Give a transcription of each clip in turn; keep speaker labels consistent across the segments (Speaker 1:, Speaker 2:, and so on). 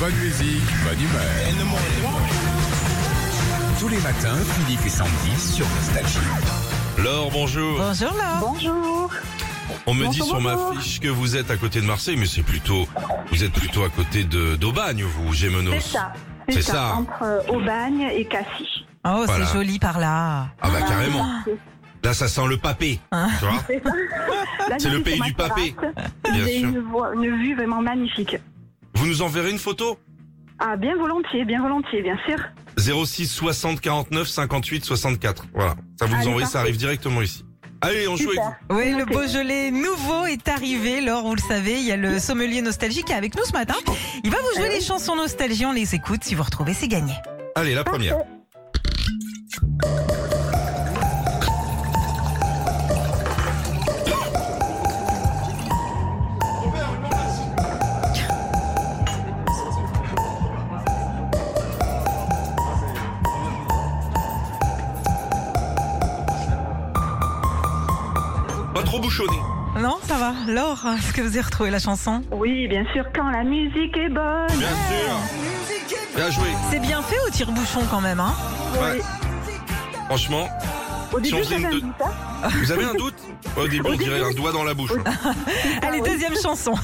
Speaker 1: Bonne musique, bonne humeur. Tous les matins, Philippe et Sandy sur Nostalgie.
Speaker 2: Laure, bonjour.
Speaker 3: Bonjour là.
Speaker 4: Bonjour.
Speaker 2: On me dit
Speaker 4: Ah, bonjour,
Speaker 2: sur ma
Speaker 4: bonjour.
Speaker 2: fiche que vous êtes à côté de Marseille, mais c'est plutôt, vous êtes plutôt à côté de d'Aubagne, vous, Gémenos.
Speaker 4: C'est ça.
Speaker 2: C'est
Speaker 4: C'est ça.
Speaker 2: ça.
Speaker 4: Entre euh, Aubagne et Cassis.
Speaker 3: Oh,
Speaker 2: Voilà.
Speaker 3: c'est joli par là.
Speaker 2: Ah bah carrément. Là, ça sent le papé.
Speaker 4: Ah.
Speaker 3: Hein.
Speaker 2: Tu vois
Speaker 4: Là,
Speaker 2: C'est
Speaker 4: je
Speaker 2: le
Speaker 4: suis
Speaker 2: pays
Speaker 4: sur ma
Speaker 2: du papé.
Speaker 4: terrasse.
Speaker 2: Bien
Speaker 4: J'ai
Speaker 2: sûr.
Speaker 4: une, voie- une vue vraiment magnifique.
Speaker 2: Vous nous enverrez une photo
Speaker 4: Ah, bien volontiers, bien volontiers, bien sûr.
Speaker 2: 06 60 49 58 64. Voilà. Ça vous nous
Speaker 4: Allez,
Speaker 2: envoyez, ça
Speaker 4: parfait.
Speaker 2: arrive directement ici. Allez, on joue avec
Speaker 4: Super.
Speaker 2: vous.
Speaker 3: Oui, le
Speaker 4: Ok.
Speaker 3: Beaujolais nouveau est arrivé. Laure, vous le savez, il y a le sommelier nostalgique qui est avec nous ce matin. Il va vous jouer les chansons nostalgie. On les écoute. Si vous retrouvez, c'est gagné.
Speaker 2: Allez, la première. Pas trop bouchonné.
Speaker 3: Non, ça va. Laure, est-ce que vous avez retrouvé la chanson
Speaker 4: Oui, bien sûr, quand la musique est bonne.
Speaker 2: Bien sûr. Bien joué.
Speaker 3: C'est bien fait au tire-bouchon quand même. Hein
Speaker 2: Ouais. Franchement,
Speaker 4: Au début,
Speaker 2: Changer
Speaker 4: j'avais un
Speaker 2: de-
Speaker 4: doute, hein.
Speaker 2: vous avez un doute Au début, on dirait un doigt dans la bouche. hein.
Speaker 3: Allez,
Speaker 4: oui.
Speaker 3: deuxième chanson.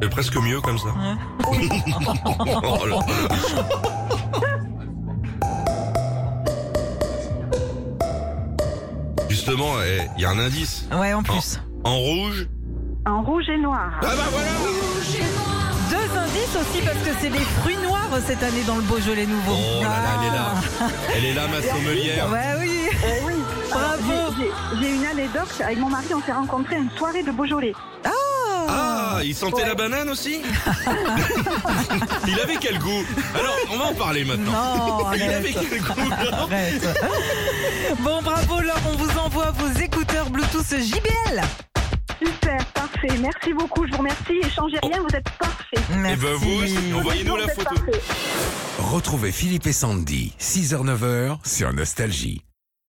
Speaker 2: C'est presque mieux comme ça.
Speaker 3: Ouais.
Speaker 2: Oh là. Justement, eh, il y a un indice.
Speaker 3: Ouais, en plus.
Speaker 2: En rouge.
Speaker 4: En rouge et noir.
Speaker 2: Ah bah voilà
Speaker 3: Deux indices aussi parce que c'est les fruits noirs cette année dans le Beaujolais nouveau.
Speaker 2: Oh là là, elle est là. Elle est là, ma sommelière.
Speaker 3: Ah. Ouais, oui.
Speaker 4: Eh oui.
Speaker 3: Bravo.
Speaker 4: J'ai- j'ai- J'ai une anecdote. Avec mon mari, on s'est rencontrés à une soirée de Beaujolais.
Speaker 2: Ah, il sentait la banane aussi Il avait quel goût Alors, on va en parler maintenant.
Speaker 3: Non,
Speaker 2: il
Speaker 3: arrête.
Speaker 2: avait quel goût
Speaker 3: Arrête. Bon, bravo Laure, on vous envoie vos écouteurs Bluetooth JBL.
Speaker 4: Super, parfait. Merci beaucoup, je vous remercie. Et changez rien, vous êtes parfait.
Speaker 2: Et ben vous aussi, envoyez-nous Oh. la photo.
Speaker 1: Retrouvez Philippe et Sandy, 6h-9h sur Nostalgie.